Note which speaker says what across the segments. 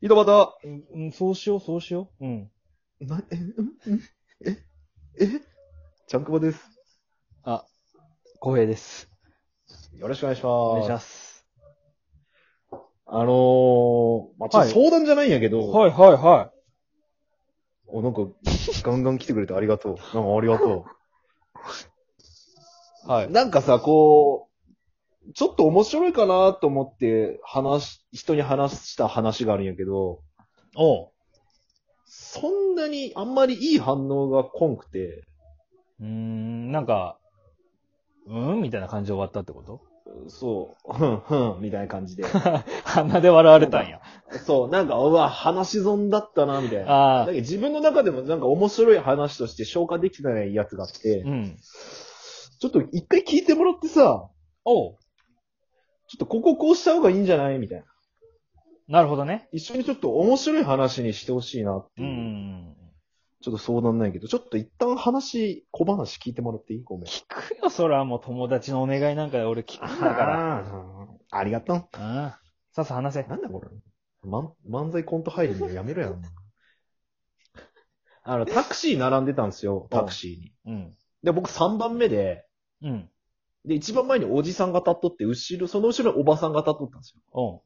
Speaker 1: 井戸端
Speaker 2: うんうん、そうしよう、そうしよう。うん。
Speaker 1: な、え、うんえ、えちゃんくぼです。
Speaker 2: あ、光栄です。
Speaker 1: よろしくお願いし
Speaker 2: お願いし
Speaker 1: ま。
Speaker 2: ますす。
Speaker 1: あのー、まあ、ちょっと相談じゃないんやけど、
Speaker 2: い、はい、は
Speaker 1: お、なんか、ガンガン来てくれてありがとう。なんかありがと
Speaker 2: い。は
Speaker 1: う。。なんかさ、こう、ちょっと面白いかなと思って、話し、人に話した話があるんやけど、
Speaker 2: おう。
Speaker 1: そんなにあんまりいい反応がこんくて、
Speaker 2: うーん、なんか、うんみたいな感じで終わったってこと
Speaker 1: そう、ふんふん、みたいな感じで。
Speaker 2: 鼻で笑われたんや。
Speaker 1: そう、なんか、うわ、話損だったな、みたいな。だ
Speaker 2: あ
Speaker 1: けど自分の中でもなんか面白い話として消化できてないやつがあっ
Speaker 2: あ、
Speaker 1: て
Speaker 2: う、ん。
Speaker 1: ちょっと一回聞いてもらってさ、
Speaker 2: おう。
Speaker 1: ちょっとこここうした方がいいんじゃないみたいな。
Speaker 2: なるほどね。
Speaker 1: 一緒にちょっと面白い話にしてほしいなって
Speaker 2: う
Speaker 1: いう、
Speaker 2: ん。
Speaker 1: ちょっと相談ないけど、ちょっと一旦話、小話聞いてもらっていいごめん。
Speaker 2: 聞くよ、そらもう友達のお願いなんかで俺聞くんだから。
Speaker 1: ああ、ありがとう。
Speaker 2: うん。さっさ話せ。
Speaker 1: なんだこれ。まん、漫才コント入るのやめろや ん。あの、タクシー並んでたんですよ、タクシーに。
Speaker 2: うん。
Speaker 1: で、僕3番目で、
Speaker 2: うん。
Speaker 1: で、一番前におじさんが立っとって、後ろ、その後ろにおばさんが立っとったんですよ。
Speaker 2: おう。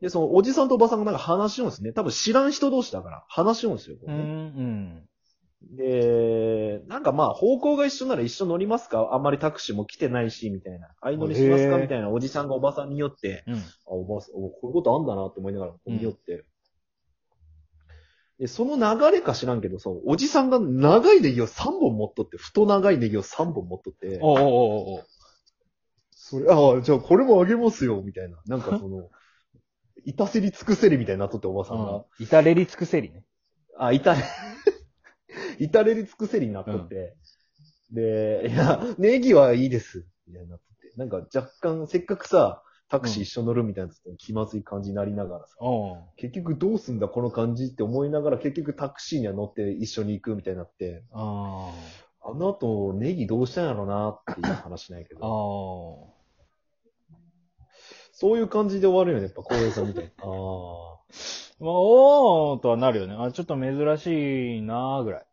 Speaker 1: で、そのおじさんとおばさんがなんか話しようんですね。多分知らん人同士だから、話しようんですよ。こ
Speaker 2: う、
Speaker 1: うん
Speaker 2: う
Speaker 1: ね
Speaker 2: ん。
Speaker 1: で、なんかまあ方向が一緒なら一緒乗りますかあんまりタクシーも来てないし、みたいな。相乗りします
Speaker 2: へ
Speaker 1: か
Speaker 2: ー
Speaker 1: みたいなおじさんがおばさんによって、
Speaker 2: うん。
Speaker 1: あ、おばさん、おこういうことあんだなって思いながら、こう見よって。で、その流れか知らんけど、そう、おじさんが長いネギを3本持っとって、太長いネギを3本持っとって、
Speaker 2: おうおうおうおう
Speaker 1: それ、ああ、じゃあこれもあげますよ、みたいな。なんかそ の、いたせり尽くせりみたいになっとって、おばさんが。
Speaker 2: うん。至れり尽くせりね。
Speaker 1: あ、至 れ、至れり尽くせりになっとって、で、いや、ネギはいいです、みたいになっとって、なんか若干、せっかくさ、タクシー一緒乗るみたいなやつって気まずい感じになりながらさ、
Speaker 2: おう。
Speaker 1: 結局どうすんだこの感じって思いながら、結局タクシーには乗って一緒に行くみたいになって、
Speaker 2: ああ。
Speaker 1: あの後、ネギどうしたんやろなっていう話なんやけ
Speaker 2: ああ
Speaker 1: ど、そういう感じで終わるよね、やっぱ、高平さんみたいな。ああ。
Speaker 2: まあ、おーとはなるよね。あ、ちょっと珍しいなーぐらい。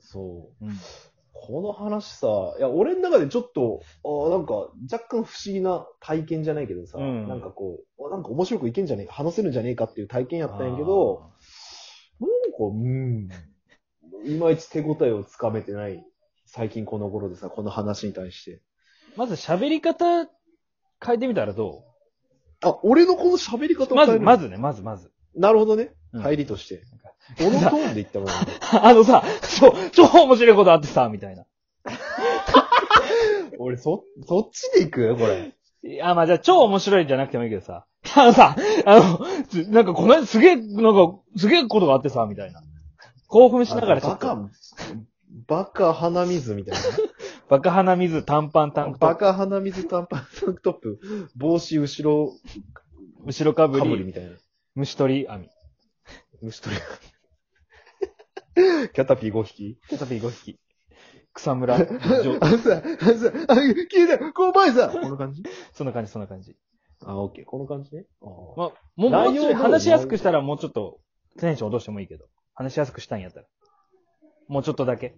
Speaker 1: そう。
Speaker 2: うん。
Speaker 1: この話さ、いや、俺の中でちょっと、あーなんか、若干不思議な体験じゃないけどさ、
Speaker 2: うん
Speaker 1: なんかこう、あなんか面白くいけんじゃねえ話せるんじゃねえかっていう体験やったんやけど、なんか、うん、いまいち手応えをつかめてない、最近この頃でさ、この話に対して。
Speaker 2: あー、まず喋り方変えてみたらど
Speaker 1: あ、俺のこの喋り方
Speaker 2: う
Speaker 1: を
Speaker 2: ま
Speaker 1: 変え
Speaker 2: ず、
Speaker 1: る
Speaker 2: まずね、まずまず。
Speaker 1: なるほどね。
Speaker 2: うん
Speaker 1: 入りとして。どのトーンで言ったの
Speaker 2: あのさ、そう、超面白いことあってさ、みたいな。
Speaker 1: 俺、そ、そっちで行くこれ。
Speaker 2: いや、まあじゃあ超面白いじゃなくてもいいけどさ。 あのさ、あの、つなんかこの間すげえ、なんか、すげえことがあってさ、みたいな。興奮しながらちょ
Speaker 1: バ
Speaker 2: っと
Speaker 1: カ、バカ鼻水みたいな。
Speaker 2: バカ鼻水、短パン、タンクトッ
Speaker 1: バ
Speaker 2: プ
Speaker 1: カ鼻水短パンタンクトップ、帽子後ろ
Speaker 2: 後ろかぶ
Speaker 1: かぶり
Speaker 2: り、
Speaker 1: みたいな。
Speaker 2: 虫取り網。
Speaker 1: 虫取り。 キャタピー5匹
Speaker 2: キャタピー5匹。草むら、じょ
Speaker 1: あのさ、あのさ、あ消えたこの前さこの感じ
Speaker 2: そんな感じ、そんな感じ。
Speaker 1: あ、オッケー。この感じね。あ
Speaker 2: まあ、もう、も
Speaker 1: 内
Speaker 2: うち
Speaker 1: 容
Speaker 2: ょい
Speaker 1: が
Speaker 2: 話しやすくしたらもうちょっと、テンション落としてもいいけど。話しやすくしたいんやったら。もうちょっとだけ。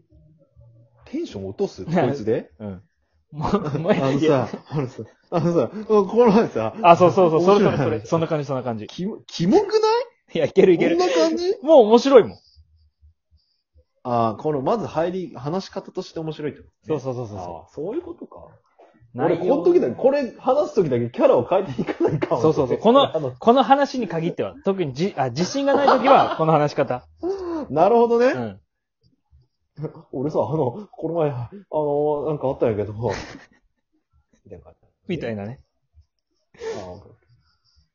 Speaker 1: テンション落とすこいつで
Speaker 2: うん。もう、もう
Speaker 1: あの
Speaker 2: いや
Speaker 1: さ、あのさ、あのさ、この前さ、
Speaker 2: あ、そうそうそう、それそれそ
Speaker 1: 面白い
Speaker 2: れ。そんな感じ、そんな感じ。
Speaker 1: キモ、キモく
Speaker 2: いや、いけるい
Speaker 1: な
Speaker 2: け
Speaker 1: い
Speaker 2: る
Speaker 1: こ。んな感じ
Speaker 2: もう面白いもん。
Speaker 1: あこの、まず入り、話し方として面白いってこと
Speaker 2: そう
Speaker 1: ね、
Speaker 2: そうそうそう
Speaker 1: あ
Speaker 2: そ
Speaker 1: そういうことか。
Speaker 2: う。
Speaker 1: 俺、
Speaker 2: 内容
Speaker 1: この時だけ、これ、話す時だけキャラを変えていかないかも。
Speaker 2: そうそうそうこの
Speaker 1: あの
Speaker 2: この話に限っては、特にじ、あ、自信がない時は、この話し方。
Speaker 1: なるほどね。
Speaker 2: うん。
Speaker 1: 俺さ、あの、この前、あの、なんかあったんやけど、みたいな感じ。
Speaker 2: みたい
Speaker 1: な。
Speaker 2: なね。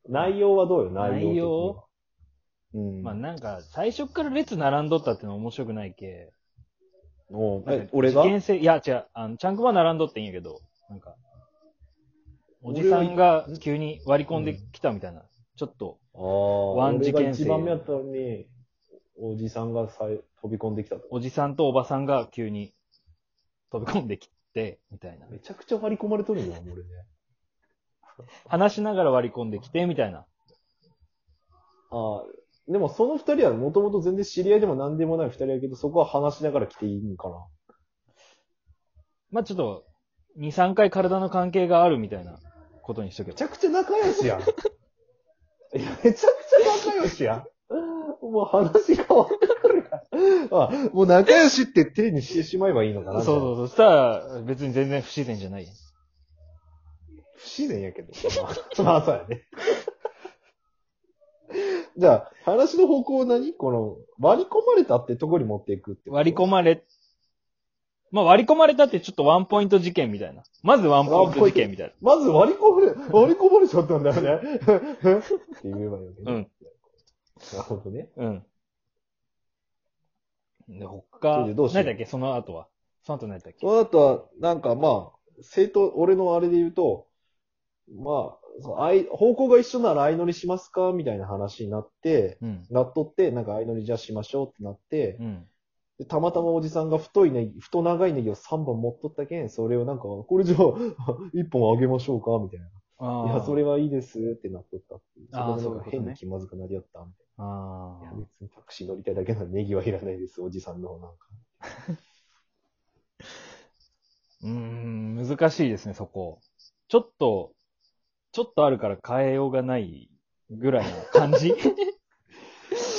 Speaker 1: 内容はどうよ、内容的には。
Speaker 2: 内容
Speaker 1: うん。
Speaker 2: まあ、なんか、最初から列並んどったってのは面白くないけ。
Speaker 1: おう
Speaker 2: なん
Speaker 1: え
Speaker 2: か、
Speaker 1: 俺が
Speaker 2: 事件性、いや、違う、あの、ちゃんこは並んどってんやけど、なんか、おじさんが急に割り込んできたみたいな、ちょっと、
Speaker 1: ああ、
Speaker 2: ワン事件性
Speaker 1: 俺が一番目やったのに、おじさんがさい飛び込んできたと。
Speaker 2: おじさんとおばさんが急に飛び込んできて、みたいな。
Speaker 1: めちゃくちゃ割り込まれとるよ、俺ね。
Speaker 2: 話しながら割り込んできて、みたいな。
Speaker 1: ああ、でもその二人はもともと全然知り合いでも何でもない二人だけど、そこは話しながら来ていいんかな。
Speaker 2: まあちょっと、2、3回体の関係があるみたいなことにしとけ
Speaker 1: め
Speaker 2: ば
Speaker 1: ち。ゃくちゃ仲良しやん。い や、めちゃくちゃ仲良しやん。もう話変わってくるやん。あ、もう仲良しって手にしてしまえばいいのか
Speaker 2: そ
Speaker 1: な。。
Speaker 2: うそううそう。したら、別に全然不自然じゃない。
Speaker 1: 不自然やけど。 まあ、まあそうやね。 じゃあ、話の方向何この、割り込まれたってとこに持っていくってこと。
Speaker 2: 割り込まれ、まあ割り込まれたってちょっとワンポイント事件みたいな。まずワンポイント事件みたい
Speaker 1: まず割り込まれ、割り込まれちゃったんだよね。 って言えばいいわけね。
Speaker 2: な。うん。
Speaker 1: なるほどね。
Speaker 2: うん。で、他、
Speaker 1: それでどうしよう
Speaker 2: 何だっけその後は。その後何だっけ
Speaker 1: その後は、なんかまあ、生徒、俺のあれで言うと、まあ、そのあい方向が一緒なら相乗りしますかみたいな話になって、
Speaker 2: うん。
Speaker 1: なっとって、なんか相乗りじゃあしましょうってなって
Speaker 2: う、ん。
Speaker 1: でたまたまおじさんが太いネギ、太長いネギを3本持っとったけん、それをなんか、これじゃあ、1本あげましょうかみたい
Speaker 2: あ
Speaker 1: な。いや、それはいいですってなっとったっていう。
Speaker 2: あ
Speaker 1: それ
Speaker 2: ー
Speaker 1: で
Speaker 2: そういう
Speaker 1: なん
Speaker 2: こと
Speaker 1: か
Speaker 2: ね
Speaker 1: 変に気まずくなりあったみたいな。
Speaker 2: あ
Speaker 1: いや
Speaker 2: ー
Speaker 1: 別にタクシー乗りたいだけならネギはいらないです、おじさんのなんか。
Speaker 2: うーん、難しいですね、そこ。ちょっと、ちょっとあるから変えようがないぐらいの感 じ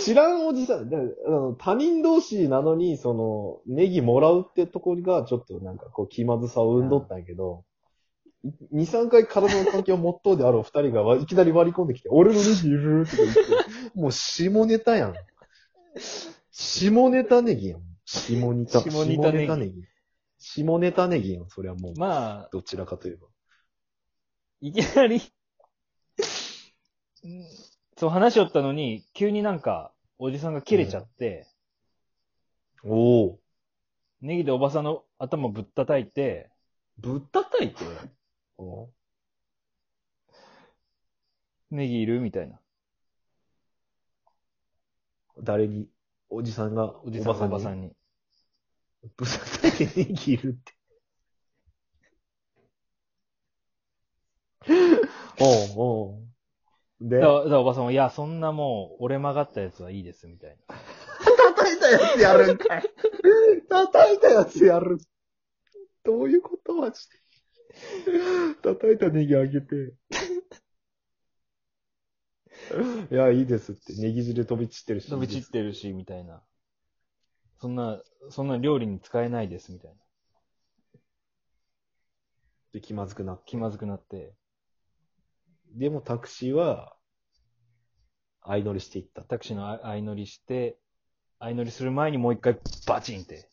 Speaker 1: 知らんおじさん、だあの他人同士なのに、その、ネギもらうってところが、ちょっとなんかこう、気まずさを生んどったんやけど、2、3回体の関係を持っとうであろう二人がわいきなり割り込んできて、俺のネギいるって言って、もう下ネタやん。下ネタネギやん。下ネタ。
Speaker 2: 下ネタネギ
Speaker 1: 下ネギ。下ネタネギやん、それはもう。
Speaker 2: まあ、
Speaker 1: どちらかといえば。
Speaker 2: いきなり、うんそう話しよったのに、急になんか、おじさんが切れちゃって、
Speaker 1: おお。
Speaker 2: ネギでおばさんの頭ぶったたいて、
Speaker 1: ぶったたいておう
Speaker 2: ネギいるみたいな。
Speaker 1: 誰におじさんが、
Speaker 2: おじさんがおばさ
Speaker 1: に。
Speaker 2: んに。
Speaker 1: ぶさたいてネギいる って。おうおう。で
Speaker 2: だ、からだからおばさんは、いや、そんなもう、折れ曲がったやつはいいです、みたいな。
Speaker 1: 叩いたやつやるんかい。叩いたやつやる。どういうことマジで。叩いたネギあげて。 いや、いいですって。ネギ汁飛び散ってるし。
Speaker 2: 飛び散
Speaker 1: いい
Speaker 2: っ
Speaker 1: です
Speaker 2: てるし、みたいな。そんな、そんな料理に使えないです、みたいな。
Speaker 1: って気まずくなって
Speaker 2: 気まずくなって、
Speaker 1: でもタクシーは、相乗りしていった。
Speaker 2: タクシーのあ相乗りして、相乗りする前にもう一回、バチンって。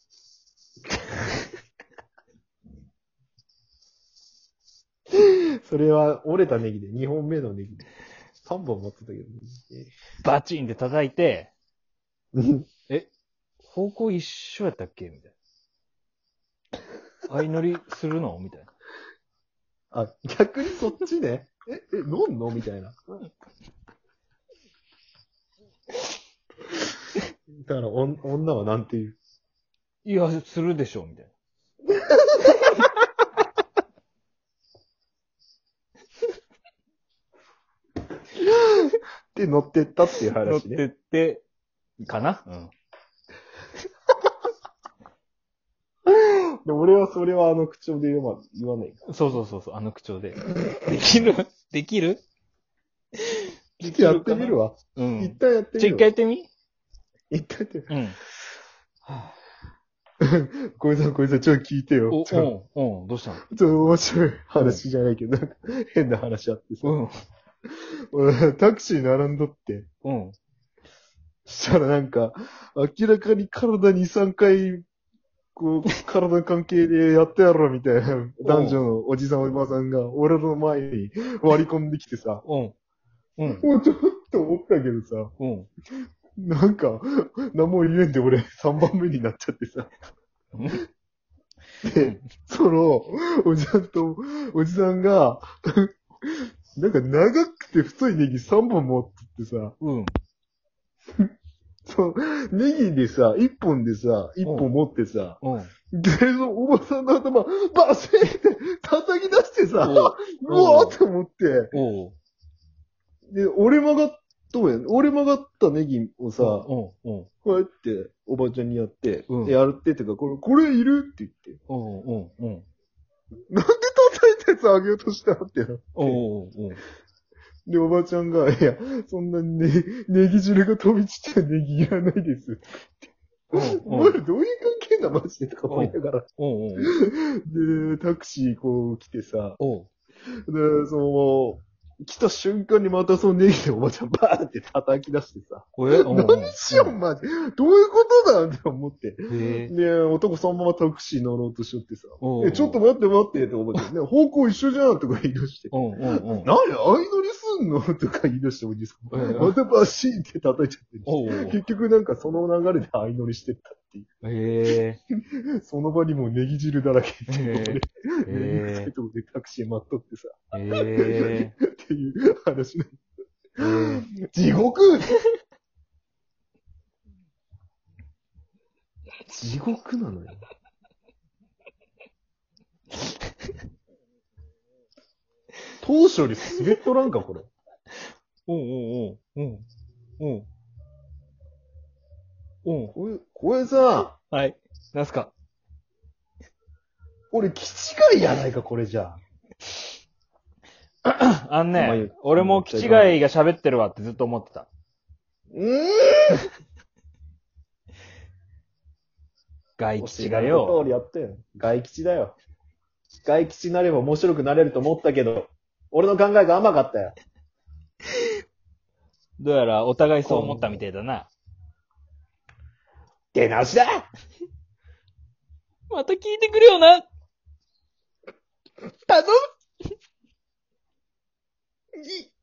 Speaker 1: それは折れたネギで、2本目のネギで。3本持ってたけど
Speaker 2: バチンって叩いて、
Speaker 1: ね。
Speaker 2: 方向一緒やったっけみたいな。相乗りするのみたいな。
Speaker 1: あ、逆にそっちね。え、え、飲んのみたいな。だから、おん女はなんて言う。
Speaker 2: いや、するでしょみたいな。
Speaker 1: で、乗ってったっていう
Speaker 2: 乗っ
Speaker 1: 話
Speaker 2: て
Speaker 1: ね。
Speaker 2: って、かなうん。
Speaker 1: で俺はそれはあの口調で言わ言わないか
Speaker 2: そうそうそうそう、あの口調で。 できる できる
Speaker 1: ら。ちょっとやってみるわ。
Speaker 2: う
Speaker 1: 一
Speaker 2: ん。
Speaker 1: 旦やってみるわ。
Speaker 2: じゃ、一回やってみ
Speaker 1: 一回やってみる。
Speaker 2: うん。
Speaker 1: 小泉さん、小泉さん、ちょっと聞いてよ。
Speaker 2: お、
Speaker 1: ちょ
Speaker 2: うん、うん、どうしたの
Speaker 1: ちょっと面白い話じゃないけど、変な話あってさ、
Speaker 2: うん、
Speaker 1: 俺 タクシー並んどって、
Speaker 2: うん。
Speaker 1: したらなんか、明らかに体2、3回、こう、体関係でやってやろうみたいな男女のおじさんおばさんが、俺の前に割り込んできてさ、
Speaker 2: うん。うん。
Speaker 1: もうちょっと思ったけどさ、
Speaker 2: うん。
Speaker 1: なんか、何も言えんで俺3番目になっちゃってさ、で、その、おじさんと、おじさんが、なんか長くて太いネギ3本持ってってさ、
Speaker 2: うん。
Speaker 1: そう、ネギでさ、1本でさ、1本持ってさ、
Speaker 2: うん。
Speaker 1: で、そのおばさんの頭、バシーンって叩き出してさ、う
Speaker 2: おう
Speaker 1: わーって思って、
Speaker 2: おう。
Speaker 1: で、俺曲がっどうやん俺曲がったネギをさ、
Speaker 2: うん、うん、
Speaker 1: こうやって、おばちゃんにやって、
Speaker 2: うん
Speaker 1: やるってってか、これ、これいるって言って、
Speaker 2: うん、うん、うん。
Speaker 1: なんで叩いたやつあげようとしたのってな
Speaker 2: おうおうおう
Speaker 1: で、おばちゃんが、いや、そんなにね、ネギ汁が飛び散ったネギいらないです。
Speaker 2: うん
Speaker 1: お前らどういう関係なマジでとか思いながら。
Speaker 2: おうお
Speaker 1: で、
Speaker 2: う
Speaker 1: タクシーこう来てさ、
Speaker 2: おう
Speaker 1: で、その、来た瞬間にまたそのネギでおばちゃんバーンって叩き出してさ、
Speaker 2: おえおうおう
Speaker 1: 何しよう、マジ。どういうことだって思って。
Speaker 2: へえ
Speaker 1: で、男そのままタクシー乗ろうとしよってさ、
Speaker 2: おうおう
Speaker 1: え、ちょっと待って待ってって思って、ね、方向一緒じゃんとか言い出して。
Speaker 2: うんうんうん。
Speaker 1: 何相乗りすんのとか言い出しておじさ。
Speaker 2: うんん
Speaker 1: またバシーンって叩いちゃって
Speaker 2: おうお
Speaker 1: る。
Speaker 2: う
Speaker 1: 結局なんかその流れで相乗りしてったってい
Speaker 2: へえ
Speaker 1: う。その場にもうネギ汁だらけっていうことで、
Speaker 2: へ
Speaker 1: ネギつ
Speaker 2: え
Speaker 1: けてもでタクシー待っとってさ、
Speaker 2: へえ
Speaker 1: っていう話の。
Speaker 2: へえ
Speaker 1: 地獄地獄なのよ。当初より滑っとらんか、これ。
Speaker 2: おうおうおうおうおうおう
Speaker 1: これ、これさ、
Speaker 2: はい。なんすか
Speaker 1: 俺、気違いやないか、これじゃあ。
Speaker 2: あん
Speaker 1: まあ言う
Speaker 2: ね、俺も気違いが喋ってるわってずっと思ってた。
Speaker 1: う
Speaker 2: 外
Speaker 1: ん
Speaker 2: 吉がよ。
Speaker 1: 通りやったよ。外吉だよ。外吉になれば面白くなれると思ったけど、俺の考えが甘かったよ。
Speaker 2: どうやらお互いそう思ったみたいだな。
Speaker 1: 出直しだ
Speaker 2: また聞いてくれよな
Speaker 1: 頼むい